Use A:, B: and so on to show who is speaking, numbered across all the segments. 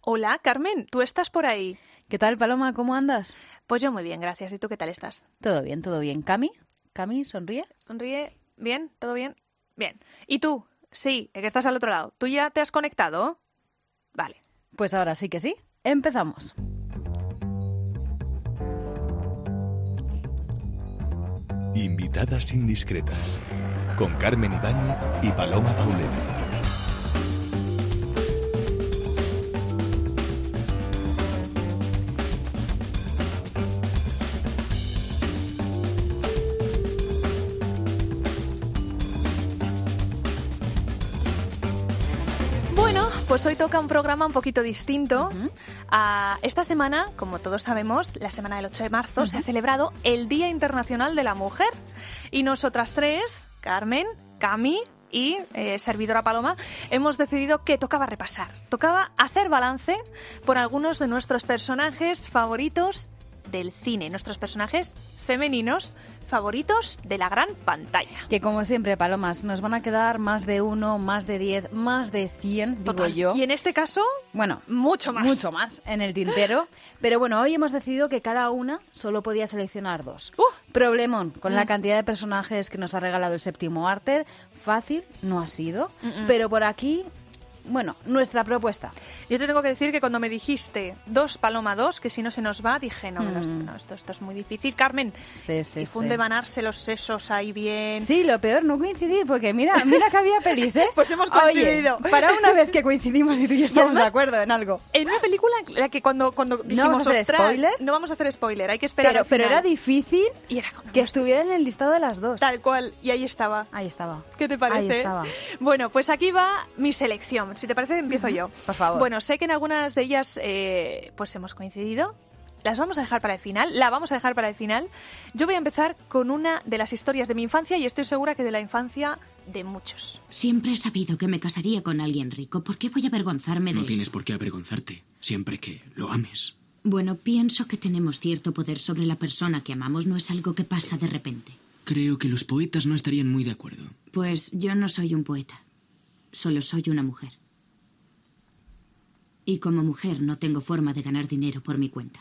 A: Hola, Carmen, ¿tú estás por ahí?
B: ¿Qué tal, Paloma? ¿Cómo andas?
A: Pues yo muy bien, gracias. ¿Y tú qué tal estás?
B: Todo bien, todo bien. ¿Cami? ¿Cami sonríe?
A: ¿Sonríe? ¿Bien? ¿Todo bien? Bien. ¿Y tú? Sí, que estás al otro lado. ¿Tú ya te has conectado? Vale.
B: Pues ahora sí que sí. Empezamos.
C: Invitadas indiscretas con Carmen Ibáñez y Paloma Paulena.
A: Bueno, pues hoy toca un programa un poquito distinto.
B: Ujú.
A: Ah, esta semana, como todos sabemos, la semana del 8 de marzo se ha celebrado el Día Internacional de la Mujer. Y nosotras tres, Carmen, Cami y eh, servidora Paloma, hemos decidido que tocaba repasar. Tocaba hacer balance por algunos de nuestros personajes favoritos del cine, nuestros personajes femeninos favoritos de la gran pantalla.
B: Que como siempre, Palomas, nos van a quedar más de uno, más de diez, más de cien, digo
A: Total.
B: yo.
A: Y en este caso,
B: Bueno,
A: mucho más.
B: mucho más en el tintero. Pero bueno, hoy hemos decidido que cada una solo podía seleccionar dos.
A: ¡Uh!
B: Problemón con la cantidad de personajes que nos ha regalado el séptimo arte. Fácil no ha sido, pero por aquí, bueno, nuestra propuesta.
A: Yo te tengo que decir que cuando me dijiste dos paloma dos, que si no se nos va, dije, no, no, esto-
B: Mm.
A: no, esto, esto es muy difícil, Carmen.
B: Sí, sí,
A: y fue un devanarse los sesos ahí bien.
B: Sí, lo peor, no coincidir, porque mira, mira que había pelis, ¿eh?
A: Pues hemos coincidido.
B: Oye, para una vez que coincidimos y tú y yo estamos de
A: además-
B: acuerdo en algo.
A: En una película la que cuando, cuando dijimos,
B: vamos a hacer
A: "Ostras,
B: spoiler".
A: no vamos a hacer spoiler, hay que esperar
B: Pero,
A: al
B: pero
A: final".
B: era difícil
A: Y era como,
B: que estuviera en el listado de las dos.
A: tal cual, y ahí estaba.
B: Ahí estaba.
A: ¿Qué te parece?
B: Ahí estaba.
A: Bueno, pues aquí va mi selección. Si te parece, empiezo yo.
B: por favor.
A: Bueno, sé que en algunas de ellas eh, pues hemos coincidido. Las vamos a dejar para el final. La vamos a dejar para el final. Yo voy a empezar con una de las historias de mi infancia y estoy segura que de la infancia de muchos.
D: Siempre he sabido que me casaría con alguien rico. ¿Por qué voy a avergonzarme de
E: No tienes
D: eso?
E: por qué avergonzarte, siempre que lo ames.
D: Bueno, pienso que tenemos cierto poder sobre la persona que amamos. No es algo que pasa de repente.
E: Creo que los poetas no estarían muy de acuerdo.
D: Pues yo no soy un poeta. Solo soy una mujer. Y como mujer no tengo forma de ganar dinero por mi cuenta.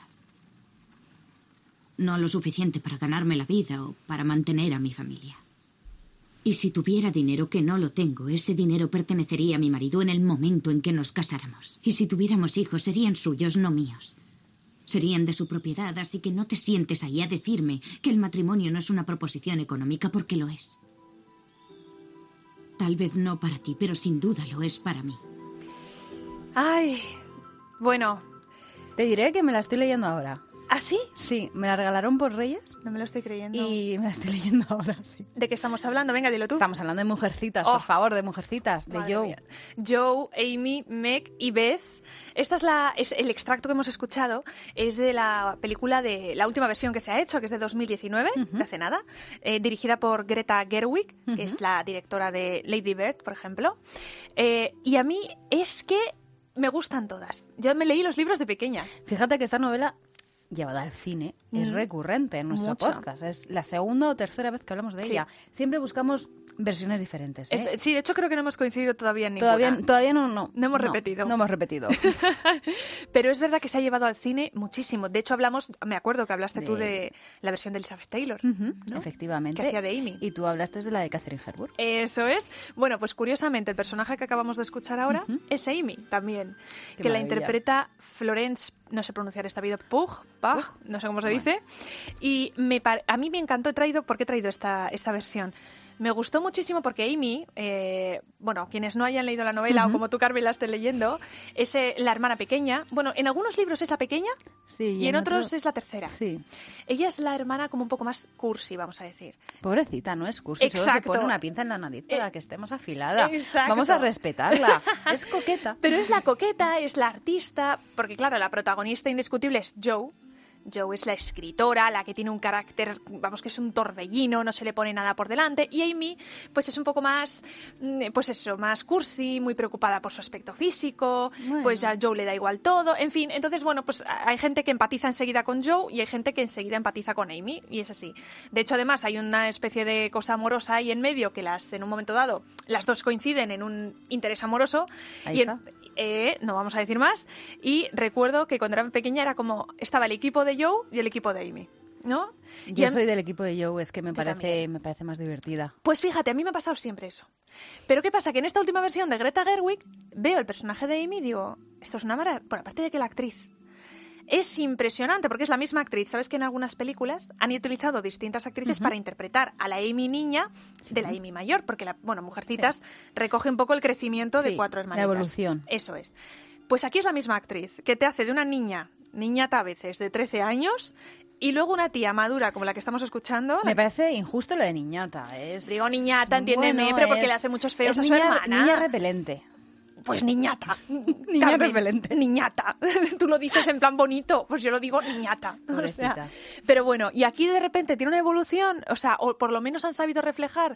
D: No lo suficiente para ganarme la vida o para mantener a mi familia. Y si tuviera dinero que no lo tengo, ese dinero pertenecería a mi marido en el momento en que nos casáramos. Y si tuviéramos hijos, serían suyos, no míos. Serían de su propiedad, así que no te sientes ahí a decirme que el matrimonio no es una proposición económica porque lo es. Tal vez no para ti, pero sin duda lo es para mí.
A: Ay, bueno,
B: Te diré que me la estoy leyendo ahora.
A: ¿así?
B: Sí, me la regalaron por Reyes
A: no me lo estoy creyendo.
B: y me la estoy leyendo ahora, sí.
A: ¿De qué estamos hablando? Venga, dilo tú.
B: Estamos hablando de mujercitas,
A: Oh.
B: por favor, de mujercitas, de
A: Madre
B: Joe.
A: mía. Joe, Amy, Meg y Beth. Esta es la es el extracto que hemos escuchado es de la película de la última versión que se ha hecho, que es de 2019, de hace nada, eh, dirigida por Greta Gerwig, que es la directora de Lady Bird, por ejemplo. Eh, y a mí es que me gustan todas. Yo me leí los libros de pequeña.
B: Fíjate que esta novela llevada al cine es
A: Mm.
B: recurrente en nuestro
A: Mucho.
B: podcast. Es la segunda o tercera vez que hablamos de
A: Sí.
B: ella. Siempre buscamos versiones diferentes. ¿eh?
A: Es- sí, de hecho creo que no hemos coincidido todavía en ninguna.
B: Todavía, todavía no, no.
A: No hemos repetido.
B: No hemos repetido.
A: Pero es verdad que se ha llevado al cine muchísimo. De hecho, hablamos, me acuerdo que hablaste tú
B: De-
A: de la versión de Elizabeth Taylor.
B: Ujú,
A: ¿no?
B: Efectivamente.
A: Que hacía de Amy.
B: Y tú hablaste de la de Catherine Hepburn.
A: Eso es. Bueno, pues curiosamente el personaje que acabamos de escuchar ahora es Amy también,
B: Qué
A: que la
B: maravilla.
A: interpreta Florence, no sé pronunciar esta vida, Pug, Pug, no sé cómo se
B: bueno.
A: dice. Y me par- a mí me encantó, he traído, ¿por qué he traído esta, esta versión? Me gustó muchísimo porque Amy, eh, bueno, quienes no hayan leído la novela o como tú, Carmen, la estés leyendo, es eh, la hermana pequeña. Bueno, en algunos libros es la pequeña
B: Sí,
A: y, en, otros es la tercera.
B: Sí.
A: Ella es la hermana como un poco más cursi, vamos a decir.
B: Pobrecita, no es cursi. Solo se
A: Exacto.
B: pone una pinza en la nariz para
A: Eh,
B: que esté más afilada.
A: exacto.
B: Vamos a respetarla. es coqueta.
A: Pero es la coqueta, es la artista, porque claro, la protagonista indiscutible es Joe, Joe es la escritora, la que tiene un carácter, vamos, que es un torbellino, no se le pone nada por delante. Y Amy, pues es un poco más, mm, pues eso, más cursi, muy preocupada por su aspecto físico,
B: Bueno.
A: pues a Joe le da igual todo. En fin, entonces, bueno, pues a- hay gente que empatiza enseguida con Joe y hay gente que enseguida empatiza con Amy, y es así. De hecho, además, hay una especie de cosa amorosa ahí en medio que las, en un momento dado, las dos coinciden en un interés amoroso.
B: Ahí
A: y en-
B: está.
A: eh, no vamos a decir más. Y recuerdo que cuando era pequeña era como estaba el equipo de Joe y el equipo de Amy, ¿no? Y
B: Yo
A: a-
B: soy del equipo de Joe, es que me
A: Yo
B: parece,
A: también.
B: me parece más divertida.
A: Pues fíjate, a mí me ha pasado siempre eso. Pero qué pasa que en esta última versión de Greta Gerwig veo el personaje de Amy y digo, esto es una maravilla, por aparte de que la actriz es impresionante porque es la misma actriz. Sabes que en algunas películas han utilizado distintas actrices para interpretar a la Amy niña de la Amy mayor, porque la, bueno, Mujercitas recoge un poco el crecimiento de
B: Sí,
A: cuatro
B: la
A: hermanitas.
B: evolución.
A: Eso es. Pues aquí es la misma actriz que te hace de una niña, niñata a veces, de 13 años, y luego una tía madura como la que estamos escuchando, la
B: Me parece injusto lo de niñata. Es,
A: Digo niñata, entiéndeme, pero porque le hace muchos feos
B: es
A: a su
B: niña-
A: hermana.
B: Niña repelente.
A: Pues niñata.
B: Niña repelente.
A: Niñata. Tú lo dices en plan bonito, pues yo lo digo niñata. O sea,
B: Pobrecita.
A: pero bueno, y aquí de repente tiene una evolución, o sea, o por lo menos han sabido reflejar,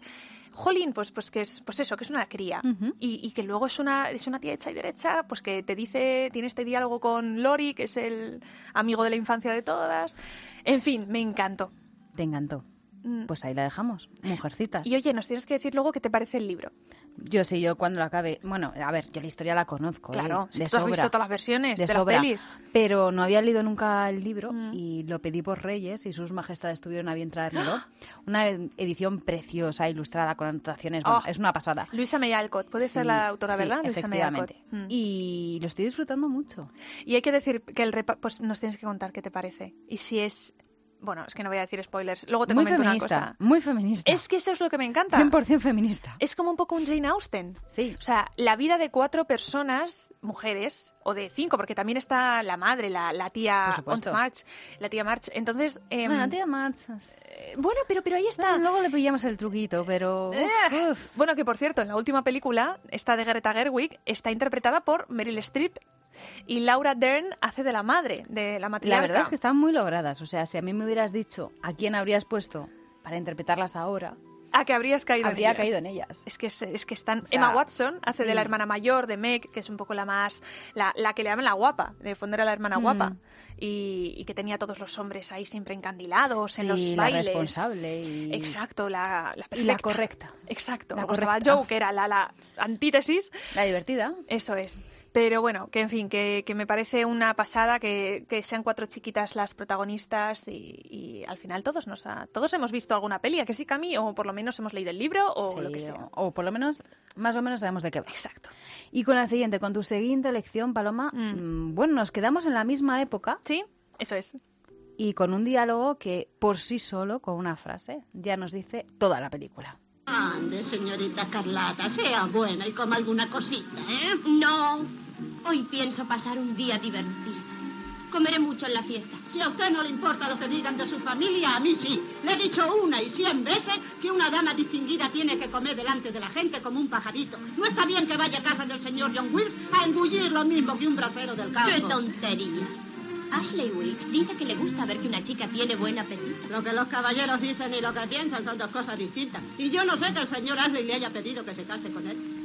A: jolín, pues, pues que es, pues eso, que es una cría. y, y que luego es una, es una tía hecha y derecha, pues que te dice, tiene este diálogo con Lori, que es el amigo de la infancia de todas. En fin, me encantó.
B: Te encantó.
A: Mm.
B: Pues ahí la dejamos, mujercitas.
A: Y oye, nos tienes que decir luego qué te parece el libro.
B: Yo sí, yo cuando lo acabe. Bueno, a ver, yo la historia la conozco. ¿eh?
A: Claro, si
B: de
A: tú has
B: sobra.
A: visto todas las versiones
B: de
A: de,
B: sobra.
A: las pelis.
B: Pero no había leído nunca el libro
A: Mm.
B: y lo pedí por Reyes y sus majestades tuvieron a bien traérmelo. Una ed- edición preciosa, ilustrada, con anotaciones. bueno,
A: Oh.
B: es una pasada.
A: Luisa May Alcott, puede ser
B: Sí,
A: la autora,
B: sí,
A: ¿verdad? Luisa May Alcott.
B: Efectivamente.
A: Mm. Y,
B: Y lo estoy disfrutando mucho.
A: hay que decir que el repa pues nos tienes que contar qué te parece. Y si es. Bueno, es que no voy a decir spoilers. Luego Pues te
B: muy
A: comento
B: feminista,
A: una cosa.
B: muy feminista.
A: Es que eso es lo que me encanta.
B: 100% feminista.
A: Es como un poco un Jane Austen.
B: Sí.
A: O sea, la vida de cuatro personas, mujeres, o de cinco, porque también está la madre, la, la tía
B: Por supuesto.
A: Aunt March, la tía March. Entonces, em,
B: Bueno, tía Marzas.
A: eh, bueno, pero, pero ahí está.
B: Luego le pillamos el truquito, pero... uf,
A: Eh.
B: uf.
A: Bueno, que por cierto, en la última película, esta de Greta Gerwig, está interpretada por Meryl Streep y Laura Dern hace de la madre, de la
B: La
A: matriarca.
B: verdad es que están muy logradas. O sea, si a mí me hubieras dicho a quién habrías puesto para interpretarlas ahora,
A: A que habrías caído
B: habría
A: en ellas.
B: caído en ellas.
A: Es que, es, es que están.
B: sea,
A: Emma Watson hace de la
B: sí.
A: hermana mayor de Meg, que es un poco la más. la, la que le llaman la guapa. En el fondo era la hermana guapa.
B: Mm.
A: Y, y que tenía a todos los hombres ahí siempre encandilados en los
B: Sí,
A: bailes.
B: la responsable y,
A: Exacto, la, la
B: y la
A: perfecta.
B: correcta,
A: Exacto.
B: La
A: Luego estaba
B: correcta.
A: Joe, que era la, la antítesis.
B: la divertida.
A: Eso es. Pero bueno, que en fin, que, que me parece una pasada que, que sean cuatro chiquitas las protagonistas y, y al final todos nos ha- todos hemos visto alguna peli, ¿a que sí, Cami? O por lo menos hemos leído el libro o
B: Sí,
A: lo que sea.
B: o por lo menos, más o menos sabemos de qué va.
A: Exacto.
B: Y con la siguiente, con tu siguiente elección, Paloma,
A: Mm.
B: mm, bueno, nos quedamos en la misma época
A: ¿Sí? Eso es.
B: y con un diálogo que por sí solo, con una frase, ya nos dice toda la película.
F: Ande, señorita Carlata, sea buena y coma alguna cosita, ¿eh? No. Hoy pienso pasar un día divertido. Comeré mucho en la fiesta. Si a usted no le importa lo que digan de su familia, a mí sí. Le he dicho una y cien veces que una dama distinguida tiene que comer delante de la gente como un pajarito. No está bien que vaya a casa del señor John Wills a engullir lo mismo que un brasero del campo.
G: ¡Qué tonterías! Ashley Wilkes dice que le gusta ver que una chica tiene buen apetito.
F: Lo que los caballeros dicen y lo que piensan son dos cosas distintas. Y yo no sé que el señor Ashley le haya pedido que se case con él.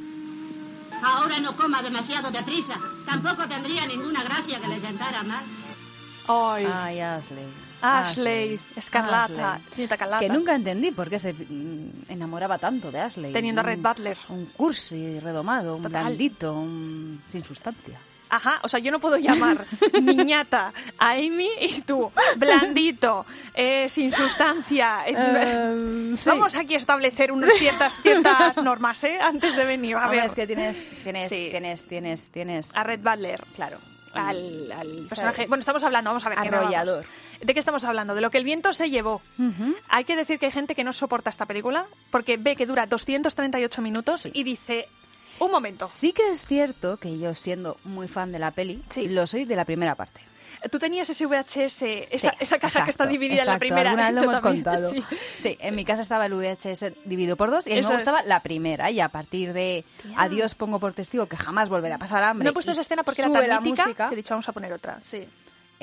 F: Ahora no coma demasiado deprisa. Tampoco tendría ninguna gracia que le sentara mal.
A: Ay,
B: Ay, Ashley.
A: Ashley, Escarlata,
B: Ashley.
A: señorita Escarlata.
B: Que nunca entendí por qué se mm, enamoraba tanto de Ashley.
A: Teniendo a
B: Un-
A: Red Butler.
B: Un cursi redomado, un
A: Total.
B: blandito, un sin sustancia.
A: Ajá, o sea, yo no puedo llamar niñata a Amy y tú, blandito, eh, sin sustancia. eh, Vamos aquí a establecer unas ciertas, ciertas normas, ¿eh? Antes de venir. A
B: Hombre,
A: ver.
B: es que tienes, tienes,
A: Sí.
B: tienes, tienes, tienes.
A: A Red Butler, claro. Al, al personaje. Bueno, estamos hablando, vamos a ver. que no vamos.
B: Arrollador.
A: ¿De qué estamos hablando? De lo que el viento se llevó.
B: Ujú.
A: Hay que decir que hay gente que no soporta esta película porque ve que dura 238 minutos y dice, un momento,
B: Sí que es cierto que yo, siendo muy fan de la peli,
A: Sí.
B: lo soy de la primera parte.
A: tú tenías ese VHS, esa,
B: Sí,
A: esa caja que está
B: exacto,
A: dividida en la
B: exacto.
A: primera.
B: Alguna
A: de
B: vez lo
A: hecho,
B: hemos
A: también.
B: contado. Sí.
A: Sí.
B: en mi casa estaba el VHS dividido por dos y a mí
A: Eso
B: me
A: es.
B: gustaba la primera. Y a partir de Adiós pongo por testigo que jamás volverá a pasar hambre.
A: No he puesto
B: y
A: esa escena porque era
B: sube
A: tan
B: la
A: mítica
B: música,
A: que he dicho, vamos a poner otra. Sí.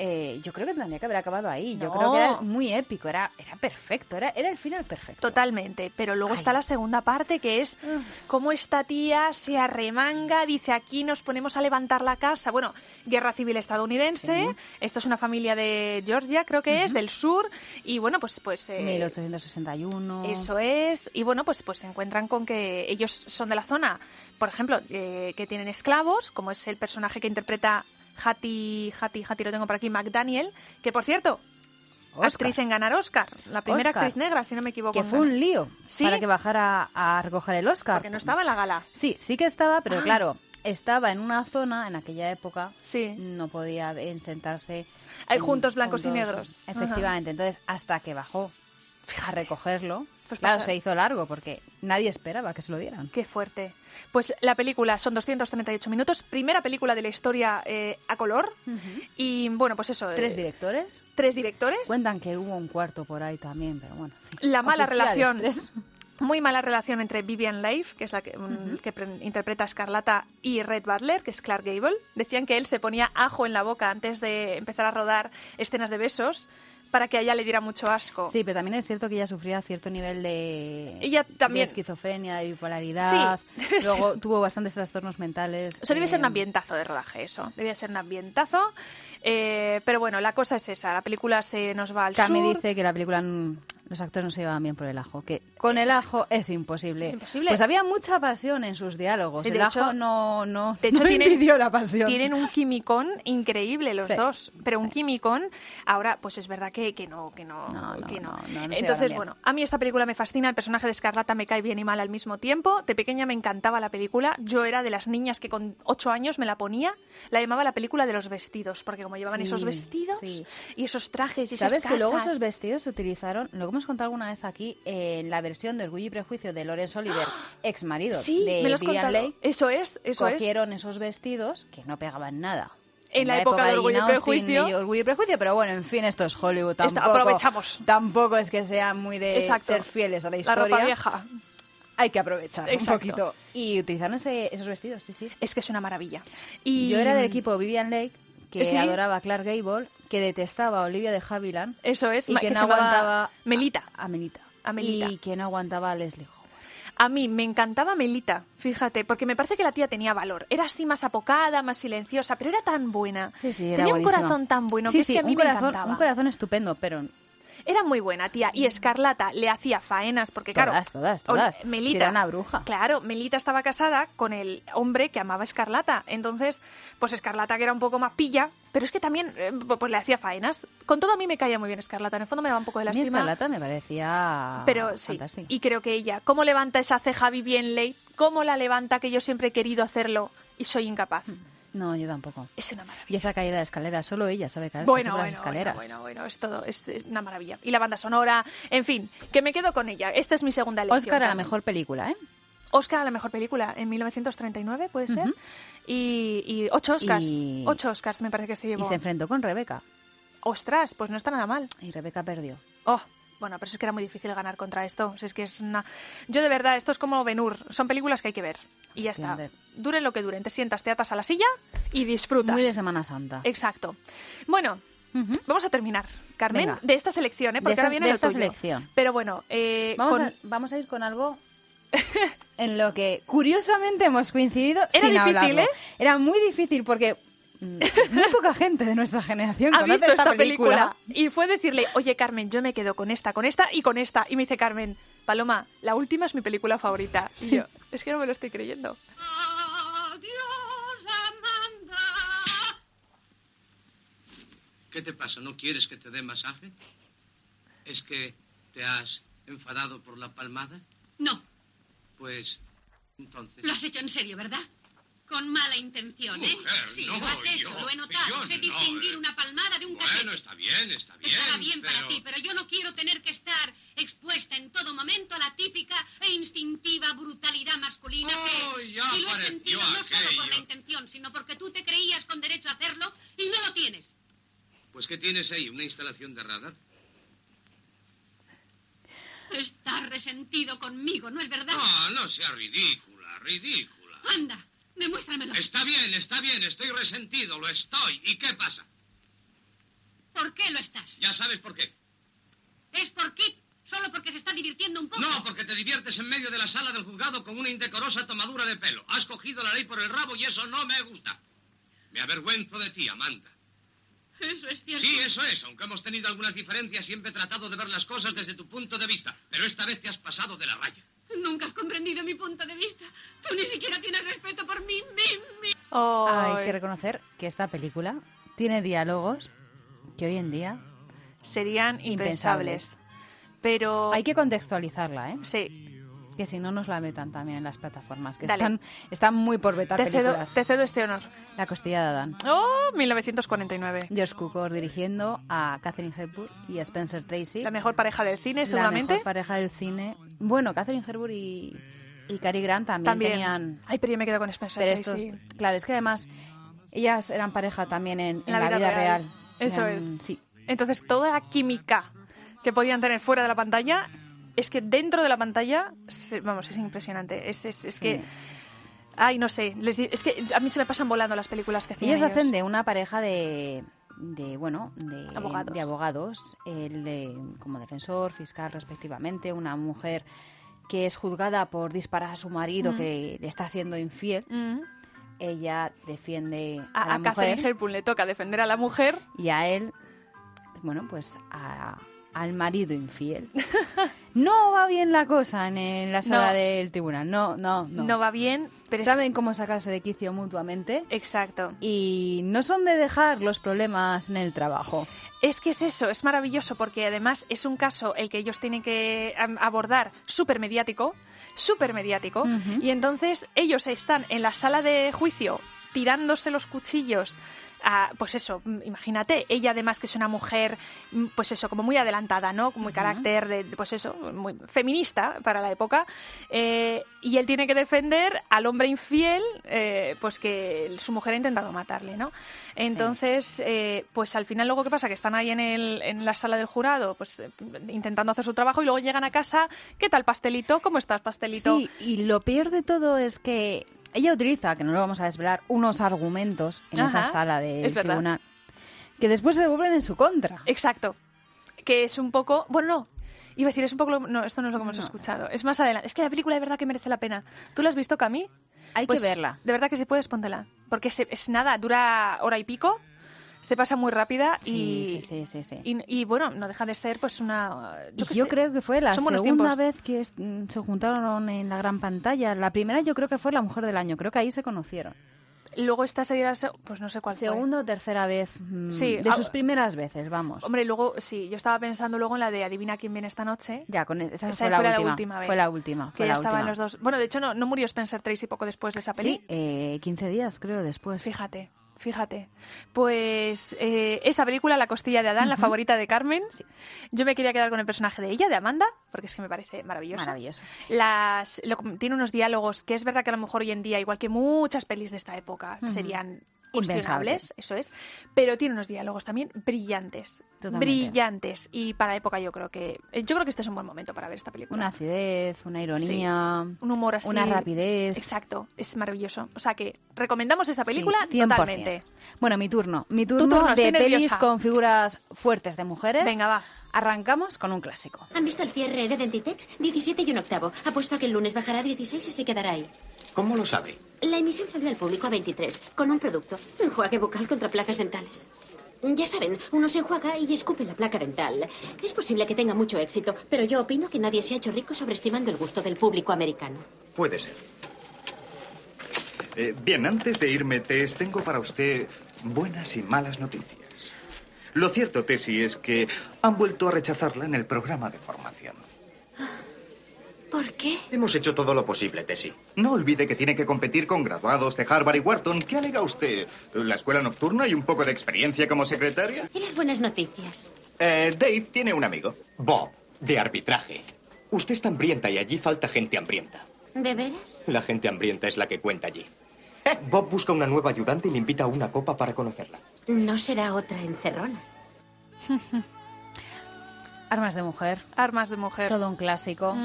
B: eh, yo creo que tendría que haber acabado ahí. Yo
A: No.
B: creo que era muy épico, era, era perfecto, era, era el final perfecto.
A: Totalmente, pero luego
B: Ay.
A: está la segunda parte que es cómo esta tía se arremanga, dice aquí nos ponemos a levantar la casa. Bueno, guerra civil estadounidense, esto es una familia de Georgia, creo que es, del sur, y bueno, pues... pues eh,
B: 1861.
A: Eso es. Y bueno, pues, pues se encuentran con que ellos son de la zona, por ejemplo, eh, que tienen esclavos, como es el personaje que interpreta Hattie, Hattie, Hattie, lo tengo por aquí, McDaniel, que por cierto,
B: Oscar.
A: actriz en ganar Oscar, la primera
B: Oscar.
A: actriz negra, si no me equivoco.
B: que
A: en
B: fue
A: ganar.
B: un lío
A: ¿Sí?
B: para que bajara a recoger el Oscar.
A: Porque no estaba Ah. en la gala.
B: Sí, sí que estaba, pero claro, estaba en una zona en aquella época
A: Sí.
B: no podía en- sentarse
A: Hay
B: en-
A: juntos blancos y
B: con dos-
A: negros.
B: Efectivamente, entonces hasta que bajó a recogerlo,
A: Pues
B: claro,
A: pasa-
B: se hizo largo porque nadie esperaba que se lo dieran.
A: Qué fuerte. Pues la película son 238 minutos, primera película de la historia eh, a color. Y bueno, pues eso. eh,
B: Tres directores.
A: tres directores.
B: Cuentan que hubo un cuarto por ahí también, pero bueno. en fin.
A: La mala
B: Oficiales,
A: relación.
B: tres.
A: Muy mala relación entre Vivian Leigh, que es la que, mm, que pre- interpreta a Escarlata, y Red Butler, que es Clark Gable. Decían que él se ponía ajo en la boca antes de empezar a rodar escenas de besos para que a ella le diera mucho asco.
B: Sí, pero también es cierto que ella sufría cierto nivel de,
A: Oh. Ella también-
B: de esquizofrenia, de bipolaridad.
A: Sí, debe
B: Luego tuvo bastantes trastornos mentales.
A: O sea, debe ser un
B: eh,
A: ambientazo de rodaje eso. Debía ser un ambientazo. Eh, pero bueno, la cosa es esa. La película se nos va al
B: Cami
A: sur.
B: dice que la película mm, los actores no se llevaban bien por el ajo, que con el ajo es imposible.
A: Es imposible.
B: Pues había mucha pasión en sus diálogos.
A: Sí,
B: el
A: de hecho-
B: ajo no, no,
A: de hecho
B: no
A: tienen-
B: impidió la pasión.
A: Tienen un quimicón increíble los
B: Sí.
A: dos, pero un quimicón ahora pues es verdad que, que no, que no,
B: No, no,
A: que no.
B: no, no, no se llevaron
A: Entonces,
B: bien.
A: bueno, a mí esta película me fascina, el personaje de Escarlata me cae bien y mal al mismo tiempo. De pequeña me encantaba la película, yo era de las niñas que con ocho años me la ponía, la llamaba la película de los vestidos, porque como llevaban
B: Sí,
A: esos vestidos
B: sí.
A: y esos trajes y esas
B: ¿Sabes que luego
A: casas.
B: esos vestidos se utilizaron, lo que hemos contado alguna vez aquí, en la versión de Orgullo y Prejuicio de Lawrence Oliver, ex marido
A: Sí,
B: de
A: me lo has
B: Vivian
A: contado.
B: Leigh?
A: Eso es, eso es.
B: cogieron esos vestidos que no pegaban nada.
A: En la época de Orgullo y
B: Jane Austen
A: Prejuicio.
B: y Orgullo y Prejuicio, pero bueno, en fin, esto es Hollywood.
A: Esto,
B: Tampoco,
A: aprovechamos.
B: Tampoco es que sean muy de
A: Exacto.
B: ser fieles a la
A: La
B: historia.
A: ropa vieja.
B: Hay que aprovechar
A: Exacto.
B: un poquito. Y utilizaron ese- esos vestidos, sí, sí.
A: Es que es una maravilla. Y
B: Yo era del equipo Vivian Lake, que
A: ¿Sí?
B: adoraba a Clark Gable, que detestaba a Olivia de Havilland,
A: Eso es,
B: y
A: ma-
B: que, no
A: se llamaba
B: aguantaba
A: Melita.
B: a Melita.
A: A Melita.
B: Y que no aguantaba a Leslie Howard.
A: A mí me encantaba Melita, fíjate, porque me parece que la tía tenía valor. Era así más apocada, más silenciosa, pero era tan buena.
B: Sí, sí, era
A: tenía un
B: buenísima.
A: corazón tan bueno
B: Sí,
A: que
B: sí,
A: es que a mí
B: un Mm. corazón,
A: me encantaba.
B: un corazón estupendo, pero
A: Era muy buena, tía. Y Escarlata le hacía faenas, porque claro.
B: Todas, todas,
A: Ol-
B: todas.
A: Melita.
B: Si era una bruja.
A: Claro, Melita estaba casada con el hombre que amaba a Escarlata. Entonces, pues Escarlata, que era un poco más pilla, pero es que también eh, pues le hacía faenas. Con todo, a mí me caía muy bien Escarlata. En el fondo me daba un poco de
B: A mí
A: lástima.
B: Escarlata me parecía
A: Pero sí,
B: fantástica.
A: y creo que ella, ¿cómo levanta esa ceja Vivian Leigh? ¿Cómo la levanta que yo siempre he querido hacerlo y soy incapaz?
B: Mm. No, yo tampoco.
A: Es una maravilla.
B: Y esa caída de escalera, solo ella sabe caerse
A: Bueno,
B: sobre
A: bueno,
B: las escaleras.
A: bueno, bueno, bueno, es todo, es es una maravilla. Y la banda sonora, en fin, que me quedo con ella. Esta es mi segunda elección.
B: Oscar a la
A: también.
B: mejor película, ¿eh?
A: Oscar a la mejor película en 1939, puede ser.
B: Ujú.
A: y, y ocho Oscars.
B: Y-
A: Ocho Oscars me parece que se llevó.
B: Y se enfrentó con Rebeca.
A: Ostras, pues no está nada mal.
B: Y Rebeca perdió.
A: Oh, bueno, pero es que era muy difícil ganar contra esto. Si es que es una... Yo de verdad, esto es como Benur. Son películas que hay que ver. Y ya está.
B: Entiende.
A: Duren lo que duren. Te sientas, te atas a la silla y disfrutas. Eh,
B: Muy de Semana Santa.
A: Exacto. Bueno,
B: Ujú.
A: vamos a terminar, Carmen,
B: Venga.
A: de esta selección, ¿eh?
B: de
A: porque
B: esta,
A: ahora viene
B: de
A: lo
B: esta
A: tuyo.
B: selección.
A: Pero bueno, eh,
B: Vamos,
A: con-
B: a, vamos a ir con algo en lo que curiosamente hemos coincidido
A: Era
B: sin
A: difícil,
B: hablarlo.
A: ¿eh?
B: Era muy difícil porque mm, muy poca gente de nuestra generación
A: ha
B: conoce
A: visto esta película. y fue decirle, oye Carmen, yo me quedo con esta, con esta y con esta. Y me dice Carmen, Paloma, la última es mi película favorita. Y yo, es que no me lo estoy creyendo.
F: Adiós, Amanda.
E: ¿Qué te pasa? ¿No quieres que te dé masaje? ¿Es que te has enfadado por la palmada?
F: No,
E: Pues entonces...
F: lo has hecho en serio, ¿verdad? Con mala intención, ¿eh?
H: Mujer,
F: sí,
H: no,
F: lo has hecho,
H: yo-
F: lo he notado.
H: yo
F: sé
H: no,
F: distinguir
H: eh.
F: una palmada de un
H: Bueno,
F: cachete.
H: está bien, está bien.
F: Estará bien para
H: pero-
F: ti, pero yo no quiero tener que estar expuesta en todo momento a la típica e instintiva brutalidad masculina
H: Oh,
F: que...
H: ya
F: y lo he
H: apareció
F: sentido no solo por la
H: aquello.
F: intención, sino porque tú te creías con derecho a hacerlo y no lo tienes.
H: Pues ¿qué tienes ahí? ¿Una instalación de radar?
F: Estás resentido conmigo, ¿no es verdad?
H: No, no sea ridícula, ridícula.
F: Anda, demuéstramelo.
H: Está bien, está bien, estoy resentido, lo estoy. ¿Y qué pasa?
F: ¿Por qué lo estás?
H: Ya sabes por qué.
F: ¿Es por Kit? ¿Solo porque se está divirtiendo un poco?
H: No, porque te diviertes en medio de la sala del juzgado con una indecorosa tomadura de pelo. Has cogido la ley por el rabo y eso no me gusta. Me avergüenzo de ti, Amanda.
F: Eso es cierto.
H: Sí, eso es. Aunque hemos tenido algunas diferencias, siempre he tratado de ver las cosas desde tu punto de vista. Pero esta vez te has pasado de la raya.
F: Nunca has comprendido mi punto de vista. Tú ni siquiera tienes respeto por mí mismo.
B: Hay que reconocer que esta película tiene diálogos que hoy en día
A: Serían impensables. Pero.
B: hay que contextualizarla, ¿eh?
A: Sí,
B: Que si no nos la metan también en las plataformas, que
A: Dale.
B: están, están muy por vetar
A: te cedo,
B: películas.
A: te cedo este honor.
B: La costilla de Adán.
A: ¡Oh! 1949.
B: George Cukor dirigiendo a Catherine Hepburn y a Spencer Tracy.
A: La mejor pareja del cine,
B: la
A: seguramente.
B: mejor pareja del cine. Bueno, Catherine Hepburn y, y Cary Grant también,
A: También.
B: tenían...
A: Ay, pero yo me quedo con Spencer
B: Pero
A: Tracy.
B: estos- claro, es que además ellas eran pareja también en, en la, vida, real.
A: Eso
B: Eran-
A: es.
B: Sí.
A: Entonces, toda la química que podían tener fuera de la pantalla es que dentro de la pantalla, se- vamos, es impresionante. Es, es- es que, ay, no sé, les di- es que a mí se me pasan volando las películas que hacían.
B: Ellos hacen
A: ellos.
B: de una pareja de, de, bueno, de
A: Abogados.
B: de abogados, el, eh, como defensor, fiscal respectivamente, una mujer que es juzgada por disparar a su marido que le está siendo infiel.
A: Mm.
B: Ella defiende a,
A: A,
B: la
A: a Catherine
B: mujer
A: Hepburn le toca defender a la mujer.
B: y a él, bueno, pues a- al marido infiel. No va bien la cosa en, el- la sala
A: No.
B: del tribunal. No, no, no.
A: No, va bien, pero es-
B: Saben cómo sacarse de quicio mutuamente
A: Exacto.
B: y no son de dejar los problemas en el trabajo.
A: Es que es eso, es maravilloso porque además es un caso el que ellos tienen que am, abordar súper mediático, súper mediático,
B: Ujú.
A: y entonces ellos están en la sala de juicio tirándose los cuchillos, a, pues eso, mm, imagínate, ella además que es una mujer, mm, pues eso, como muy adelantada, ¿no? Muy carácter, de, pues eso, muy feminista para la época, eh, y él tiene que defender al hombre infiel, eh, pues que su mujer ha intentado matarle, ¿no? Entonces... Entonces, eh, pues al final luego, ¿qué pasa? Que están ahí en, el, en la sala del jurado, pues eh, intentando hacer su trabajo y luego llegan a casa, ¿qué tal pastelito? ¿Cómo estás pastelito?
B: Sí, y lo peor de todo es que ella utiliza, que no lo vamos a desvelar, unos argumentos en esa
A: Ajá,
B: sala del
A: es verdad. Eh,
B: tribunal que después se vuelven en su contra.
A: Exacto. Que es un poco... Bueno, no. Iba a decir, es un poco... lo- No, esto no es lo que hemos escuchado. Es más adelante. Es que la película de verdad que merece la pena. ¿Tú la has visto, Cami?
B: Hay
A: Pues,
B: que verla.
A: De verdad que si puedes, póntela. Porque se- es nada, dura hora y pico, se pasa muy rápida y...
B: sí, sí, sí, sí, sí.
A: Y, y, bueno, no deja de ser pues una...
B: Y Yo,
A: qué sé.
B: creo que fue la
A: Son buenos
B: segunda
A: tiempos.
B: vez que es- mm, se juntaron en la gran pantalla. La primera yo creo que fue La Mujer del Año. Creo que ahí se conocieron.
A: Luego esta sería... la se- Pues no sé cuál fue.
B: Segunda o tercera vez. mm,
A: Sí,
B: de
A: ah,
B: sus primeras veces, vamos.
A: Hombre, luego, sí, yo estaba pensando luego en la de Adivina quién viene esta noche.
B: ya, con e- esa,
A: Esa
B: fue, la, última,
A: vez.
B: Fue la última.
A: que
B: Fue
A: ya
B: la
A: estaban
B: última.
A: los dos. Bueno, de hecho, no, no murió Spencer Tracy poco después de esa peli.
B: Sí, eh, 15 días creo después.
A: Fíjate, fíjate. Pues eh, esa película, La costilla de Adán, la favorita de Carmen. Yo me quería quedar con el personaje de ella, de Amanda, porque es que me parece maravillosa.
B: Maravilloso.
A: Las, lo- tiene unos diálogos que es verdad que a lo mejor hoy en día, igual que muchas pelis de esta época, serían cuestionables,
B: Impensables.
A: eso es, pero tiene unos diálogos también brillantes,
B: Totalmente.
A: brillantes y para la época yo creo que eh, yo creo que este es un buen momento para ver esta película.
B: Una acidez, una ironía,
A: un humor así,
B: una rapidez.
A: Exacto, es maravilloso. O sea que recomendamos esta película
B: Sí, 100%.
A: totalmente.
B: Bueno, mi turno. Mi turno,
A: turno,
B: de
A: estoy
B: pelis
A: nerviosa.
B: con figuras fuertes de mujeres.
A: Venga, va.
B: Arrancamos con un clásico.
G: ¿Han visto el cierre de Dentitex? 17 y un octavo. Apuesto a que el lunes bajará a 16 y se quedará ahí.
E: ¿Cómo lo sabe?
G: La emisión salió al público a 23, con un producto. Enjuague bucal contra placas dentales. Ya saben, uno se enjuaga y escupe la placa dental. Es posible que tenga mucho éxito, pero yo opino que nadie se ha hecho rico sobreestimando el gusto del público americano.
I: Puede ser. Eh, bien, antes de irme, Tess, tengo para usted buenas y malas noticias. Lo cierto, Tessie, es que han vuelto a rechazarla en el programa de formación.
G: ¿Por qué?
J: Hemos hecho todo lo posible, Tessie.
I: No olvide que tiene que competir con graduados de Harvard y Wharton. ¿Qué alega usted? ¿La escuela nocturna y un poco de experiencia como secretaria?
G: Y las buenas noticias.
I: Eh, Dave tiene un amigo.
J: Bob, de arbitraje. Usted está hambrienta y allí falta gente hambrienta.
G: ¿De veras?
J: La gente hambrienta es la que cuenta allí. Eh, Bob busca una nueva ayudante y le invita a una copa para conocerla.
G: No será otra encerrona.
B: Armas de mujer.
A: Armas de mujer.
B: Todo un clásico.
A: Ujú.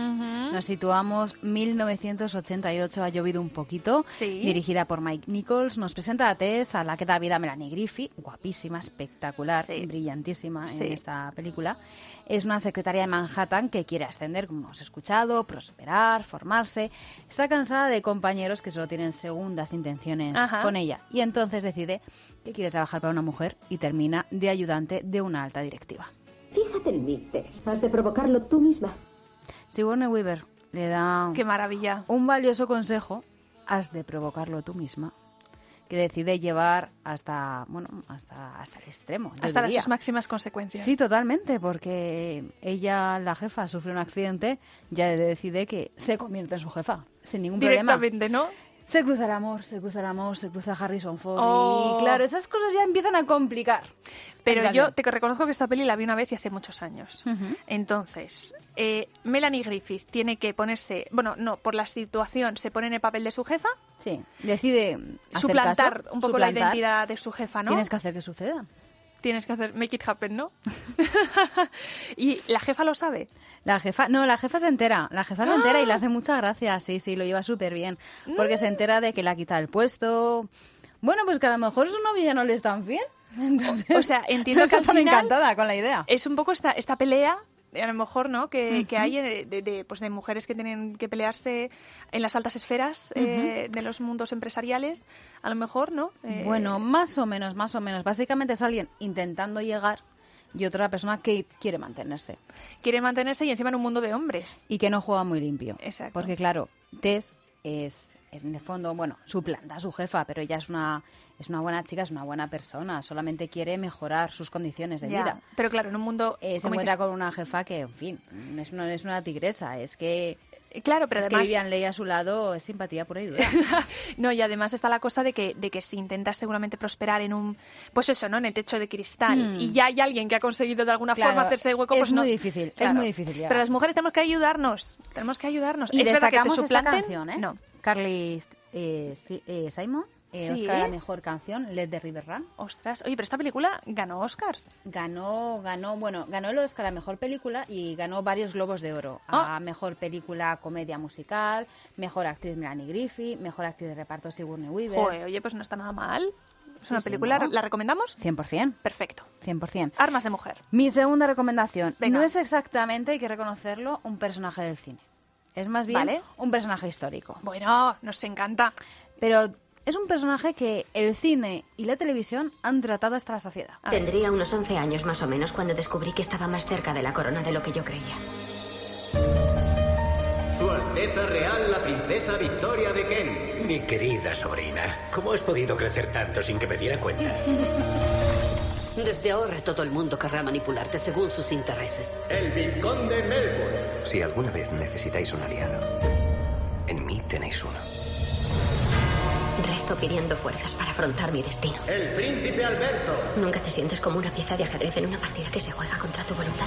B: Nos situamos 1988, ha llovido un poquito.
A: Sí.
B: Dirigida por Mike Nichols, nos presenta a Tess, a la que da vida Melanie Griffith, guapísima, espectacular,
A: Sí.
B: brillantísima
A: Sí.
B: en esta película. Es una secretaria de Manhattan que quiere ascender, como hemos escuchado, prosperar, formarse. Está cansada de compañeros que solo tienen segundas intenciones
A: Ajá.
B: con ella y entonces decide que quiere trabajar para una mujer y termina de ayudante de una alta directiva.
K: Fíjate en mí, Tess. Has de provocarlo tú misma.
B: Sigourney Weaver le da
A: Qué maravilla.
B: un valioso consejo, has de provocarlo tú misma, que decide llevar hasta, bueno, hasta, hasta el extremo. yo
A: Hasta
B: diría.
A: las máximas consecuencias.
B: Sí, totalmente, porque ella, la jefa, sufre un accidente, ya decide que se convierte en su jefa, sin ningún problema.
A: Directamente, ¿no?
B: Se cruza el amor, se cruza el amor, se cruza Harrison Ford.
A: Oh.
B: Y claro, esas cosas ya empiezan a complicar.
A: Pero
B: Así que,
A: yo te reconozco que esta peli la vi una vez y hace muchos años. Entonces, eh, Melanie Griffith tiene que ponerse, bueno, no, por la situación se pone en el papel de su jefa,
B: Sí, decide hacer
A: suplantar
B: caso,
A: un poco la
B: suplantar.
A: identidad de su jefa, ¿no?
B: Tienes que hacer que suceda.
A: Tienes que hacer make it happen, ¿no? y la jefa lo sabe.
B: La jefa, no, la jefa se entera, la jefa se entera y
A: ¡Ah!
B: le hace mucha gracia, sí, sí, lo lleva súper bien, porque
A: Mm.
B: se entera de que le ha quitado el puesto. Bueno, pues que a lo mejor su novio ya no le es tan fiel. Entonces,
A: O sea, entiendo que
B: está
A: al
B: tan
A: final-
B: encantada con la idea.
A: Es un poco esta, esta pelea, eh, a lo mejor, ¿no? Que, que hay eh, de, de, pues de mujeres que tienen que pelearse en las altas esferas eh, de los mundos empresariales, a lo mejor, ¿no? Eh,
B: Bueno, más o menos, más o menos. Básicamente es alguien intentando llegar y otra persona que quiere mantenerse
A: quiere mantenerse y encima en un mundo de hombres.
B: y que no juega muy limpio.
A: Exacto.
B: Porque claro, Tess es, es en el fondo, bueno, suplanta a su jefa, pero ella es una, es una buena chica, es una buena persona, solamente quiere mejorar sus condiciones de
A: Ya,
B: vida.
A: Pero claro, en un mundo...
B: eh, se
A: como
B: encuentra
A: dices,
B: con una jefa que, en fin, no es una, no es una tigresa, es que,
A: Claro, pero
B: es que
A: además...
B: Vivian Leigh a su lado es simpatía pura y dura.
A: no, y además está la cosa de que, de que si intentas seguramente prosperar en un... Pues eso, ¿no? En el techo de cristal.
B: Mm.
A: Y ya hay alguien que ha conseguido de alguna
B: Claro,
A: forma hacerse hueco.
B: es
A: pues no.
B: muy difícil, es muy difícil llegar.
A: Pero las mujeres tenemos que ayudarnos. Tenemos que ayudarnos.
B: y
A: ¿Es verdad que te
B: destacamos esta
A: suplanten?
B: canción, ¿eh?
A: No.
B: Carly eh, Si- eh, Simon, eh,
A: Sí.
B: Oscar a la mejor canción, Let the River Run.
A: Ostras. Oye, pero esta película ganó Oscars.
B: Ganó, ganó, bueno, ganó el Oscar a mejor película y ganó varios globos de oro.
A: Ah.
B: A mejor película comedia musical, mejor actriz Melanie Griffith, mejor actriz de reparto Sigourney Weaver.
A: Joder, oye, pues no está nada mal. Es una
B: sí,
A: película,
B: ¿no?
A: ¿la recomendamos?
B: 100%,
A: Perfecto.
B: 100%.
A: Armas de mujer.
B: Mi segunda recomendación.
A: Venga.
B: No es exactamente, hay que reconocerlo, un personaje del cine. Es más bien
A: Vale.
B: un personaje histórico.
A: Bueno, nos encanta.
B: Pero es un personaje que el cine y la televisión han tratado hasta la saciedad.
A: Ah.
L: Tendría unos 11 años más o menos cuando descubrí que estaba más cerca de la corona de lo que yo creía.
M: Su Alteza Real, la Princesa Victoria de Kent.
N: Mi querida sobrina, ¿cómo has podido crecer tanto sin que me diera cuenta?
O: Desde ahora todo el mundo querrá manipularte según sus intereses.
M: El Vizconde Melbourne.
N: Si alguna vez necesitáis un aliado, en mí tenéis uno.
L: Rezo pidiendo fuerzas para afrontar mi destino.
M: El Príncipe Alberto.
L: Nunca te sientes como una pieza de ajedrez en una partida que se juega contra tu voluntad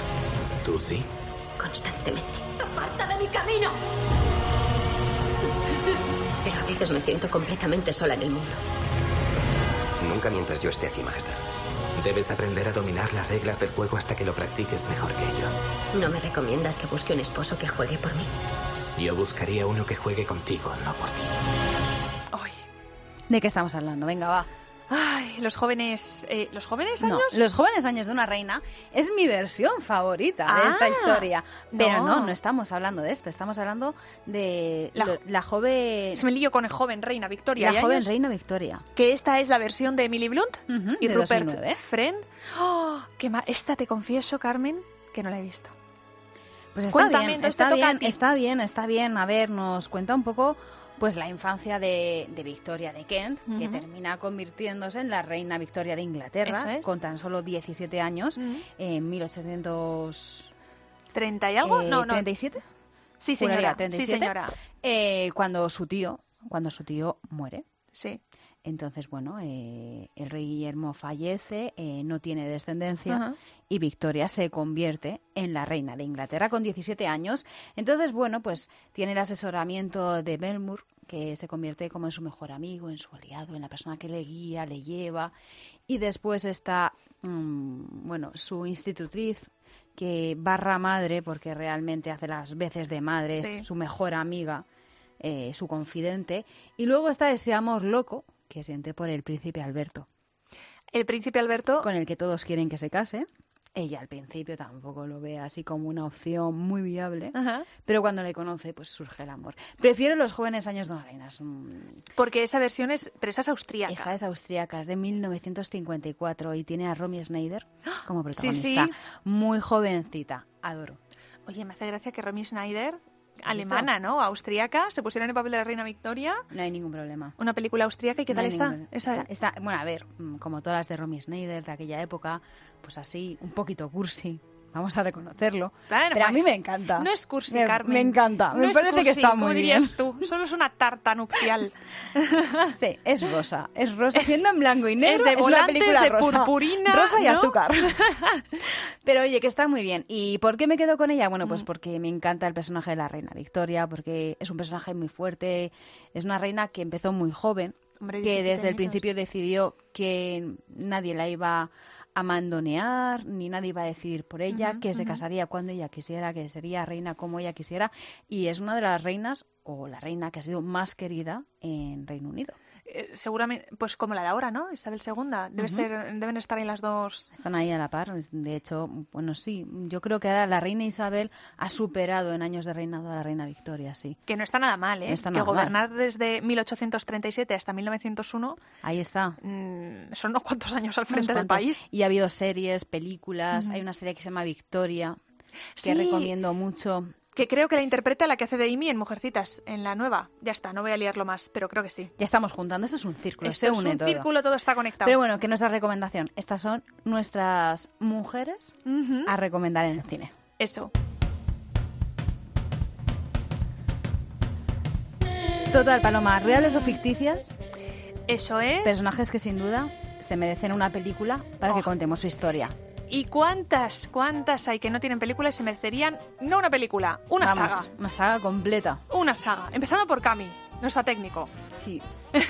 N: ¿Tú sí?
L: constantemente. ¡Aparta de mi camino! Pero a veces me siento completamente sola en el mundo.
N: Nunca mientras yo esté aquí, Majestad.
P: Debes aprender a dominar las reglas del juego hasta que lo practiques mejor que ellos.
L: ¿No me recomiendas que busque un esposo que juegue por mí?
P: Yo buscaría uno que juegue contigo, no por ti.
B: ¿De qué estamos hablando? Venga, va.
A: Ay, los jóvenes... eh, ¿Los jóvenes
B: No,
A: años?
B: Los jóvenes años de una reina es mi versión favorita de
A: Ah,
B: esta historia. Pero
A: no.
B: no, no, estamos hablando de esto, estamos hablando de
A: La-
B: lo- la joven...
A: Se me lío con el joven reina Victoria.
B: La
A: y
B: joven
A: años.
B: reina Victoria.
A: Que esta es la versión de Emily Blunt y
B: de
A: Rupert
B: 2009.
A: Friend. Oh, qué ma- esta te confieso, Carmen, que no la he visto.
B: Pues está
A: Cuéntame,
B: bien,
A: entonces
B: está
A: te toca a
B: bien,
A: ti.
B: está bien, está bien. A ver, nos cuenta un poco pues la infancia de, de Victoria de Kent, que
A: Ujú.
B: termina convirtiéndose en la reina Victoria de Inglaterra
A: Eso es. Mm.
B: con tan solo 17 años en 1800
A: ¿30 y algo?
B: eh,
A: no, no.
B: 37.
A: Sí,
B: Juraría,
A: señora. Sí,
B: 37,
A: señora.
B: eh, cuando su tío, cuando su tío muere.
A: Sí.
B: Entonces, bueno, eh, el rey Guillermo fallece, eh, no tiene descendencia
A: Ajá.
B: y Victoria se convierte en la reina de Inglaterra con 17 años. Entonces, bueno, pues tiene el asesoramiento de Belmur, que se convierte como en su mejor amigo, en su aliado, en la persona que le guía, le lleva. Y después está, mm, bueno, su institutriz, que barra madre, porque realmente hace las veces de madre,
A: Sí.
B: es su mejor amiga, eh, su confidente. Y luego está ese amor loco que siente por el príncipe Alberto.
A: El príncipe Alberto.
B: Con el que todos quieren que se case. Ella al principio tampoco lo ve así como una opción muy viable.
A: Ajá.
B: Pero cuando le conoce, pues surge el amor. Prefiero los jóvenes años de una reina. es un-
A: Porque esa versión es. Pero esa es austríaca.
B: Esa es austríaca, es de 1954 y tiene a Romy Schneider como
A: ¡Ah! Sí, sí.
B: protagonista. Muy jovencita. Adoro.
A: Oye, me hace gracia que Romy Schneider, alemana, ¿no? Austríaca, se pusieron en el papel de la reina Victoria.
B: No hay ningún problema.
A: Una película austríaca. ¿Y qué
B: No
A: tal
B: hay
A: está?
B: ningún- está- está- Bueno, a ver, mm, como todas las de Romy Schneider de aquella época, pues así, un poquito cursi. Vamos a reconocerlo.
A: Claro,
B: pero a
A: vale.
B: mí me encanta.
A: No es cursi,
B: Me-
A: Carmen.
B: Me encanta.
A: No
B: me
A: es
B: parece que
A: cursi,
B: está
A: como
B: muy bien.
A: dirías tú. Solo es una tarta nupcial.
B: Sí, es rosa. Es rosa. Siendo en blanco y negro,
A: de
B: es, una
A: volantes,
B: película
A: de
B: rosa.
A: purpurina,
B: Rosa y
A: ¿no?
B: azúcar. Pero oye, que está muy bien. ¿Y por qué me quedo con ella?
A: Mm.
B: Bueno, pues porque me encanta el personaje de la reina Victoria, porque es un personaje muy fuerte. Es una reina que empezó muy joven,
A: Hombre,
B: que
A: 17
B: desde el
A: años.
B: principio decidió que nadie la iba a mandonear, ni nadie iba a decidir por ella,
A: Ujú,
B: que se
A: ujú.
B: casaría cuando ella quisiera, que sería reina como ella quisiera. Y es una de las reinas, o la reina que ha sido más querida en Reino Unido.
A: Eh, seguramente, pues como la de ahora, ¿no? Isabel II. Debe
B: Ujú.
A: ser, deben estar ahí las dos.
B: Están ahí a la par. De hecho, bueno, sí, yo creo que ahora la reina Isabel ha superado en años de reinado a la reina Victoria, sí.
A: Que no está nada mal, ¿eh?
B: No está
A: que
B: nada mal.
A: gobernar desde 1837 hasta 1901
B: Ahí está.
A: mm, son unos cuantos años al
B: Unos
A: frente del
B: cuantos.
A: país.
B: Y ha habido series, películas.
A: Ujú.
B: Hay una serie que se llama Victoria, que
A: Sí.
B: recomiendo mucho.
A: Que creo que la interpreta la que hace de Amy en Mujercitas, en la nueva. Ya está, no voy a liarlo más, pero creo que sí.
B: Ya estamos juntando, esto es un círculo,
A: Esto
B: Pues se
A: es
B: une
A: un
B: todo.
A: círculo, todo está conectado.
B: Pero bueno, que nuestra recomendación. Estas son nuestras mujeres
A: Ujú.
B: a recomendar en el cine.
A: Eso.
B: Total, Paloma, ¿reales o ficticias?
A: Eso es.
B: Personajes que sin duda se merecen una película para
A: Oh.
B: que contemos su historia.
A: ¿Y cuántas, cuántas hay que no tienen película y se merecerían no una película, una
B: Vamos,
A: saga?
B: Una saga completa.
A: Una saga. Empezando por Cami, nuestra técnico.
B: Sí.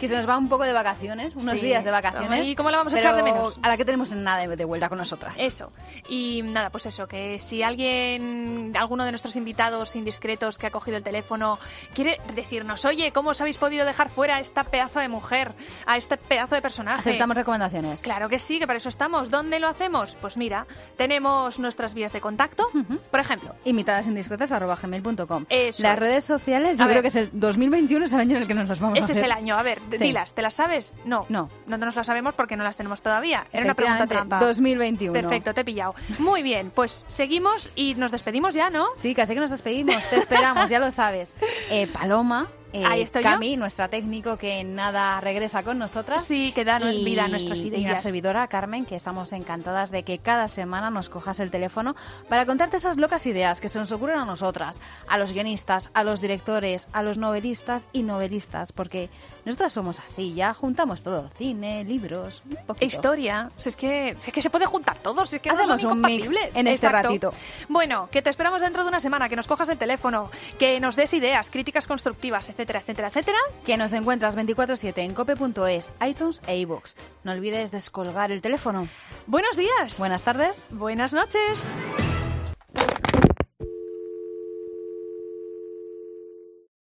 B: que se nos va un poco de vacaciones, unos
A: Sí.
B: días de vacaciones.
A: ¿Y cómo la vamos a
B: pero
A: echar de menos?
B: A la que tenemos nada de de vuelta con nosotras.
A: Eso. Y nada, pues eso, que si alguien, alguno de nuestros invitados indiscretos que ha cogido el teléfono, quiere decirnos, oye, ¿cómo os habéis podido dejar fuera a esta pedazo de mujer, a este pedazo de personaje?
B: Aceptamos recomendaciones.
A: Claro que sí, que para eso estamos. ¿Dónde lo hacemos? Pues mira, tenemos nuestras vías de contacto, por ejemplo.
B: Invitadasindiscretas.com.
A: Eso
B: Las
A: es.
B: redes sociales,
A: A
B: yo creo
A: ver.
B: que es el 2021 es el año en el que nos las vamos a
A: Ese es
B: hacer.
A: el año. A ver, d-
B: Sí.
A: dilas, ¿te las sabes? No.
B: No.
A: No nos las sabemos porque no las tenemos todavía. Era una pregunta
B: Efectivamente,
A: trampa.
B: 2021.
A: Perfecto, te he pillado. Muy bien, pues seguimos y nos despedimos ya, ¿no?
B: Sí, casi que nos despedimos, te esperamos, ya lo sabes. Eh, Paloma, eh,
A: Ahí estoy
B: Cami, nuestra técnico que nada regresa con nosotras.
A: Sí, que dan
B: Y-
A: vida a nuestras
B: Y una
A: ideas.
B: servidora, Carmen, que estamos encantadas de que cada semana nos cojas el teléfono para contarte esas locas ideas que se nos ocurren a nosotras, a los guionistas, a los directores, a los novelistas y novelistas, porque nosotras somos así, ya juntamos todo, cine, libros, un poquito.
A: Historia. Si es, que, si es que se puede juntar todos, si es que no
B: Hacemos
A: son
B: un mix
A: incompatibles.
B: en este
A: Exacto.
B: ratito.
A: Bueno, que te esperamos dentro de una semana, que nos cojas el teléfono, que nos des ideas, críticas constructivas, etcétera, etcétera, etcétera.
B: que nos encuentras 24/7 en cope.es, iTunes e iBooks. No olvides descolgar el teléfono.
A: Buenos días.
B: Buenas tardes.
A: Buenas noches.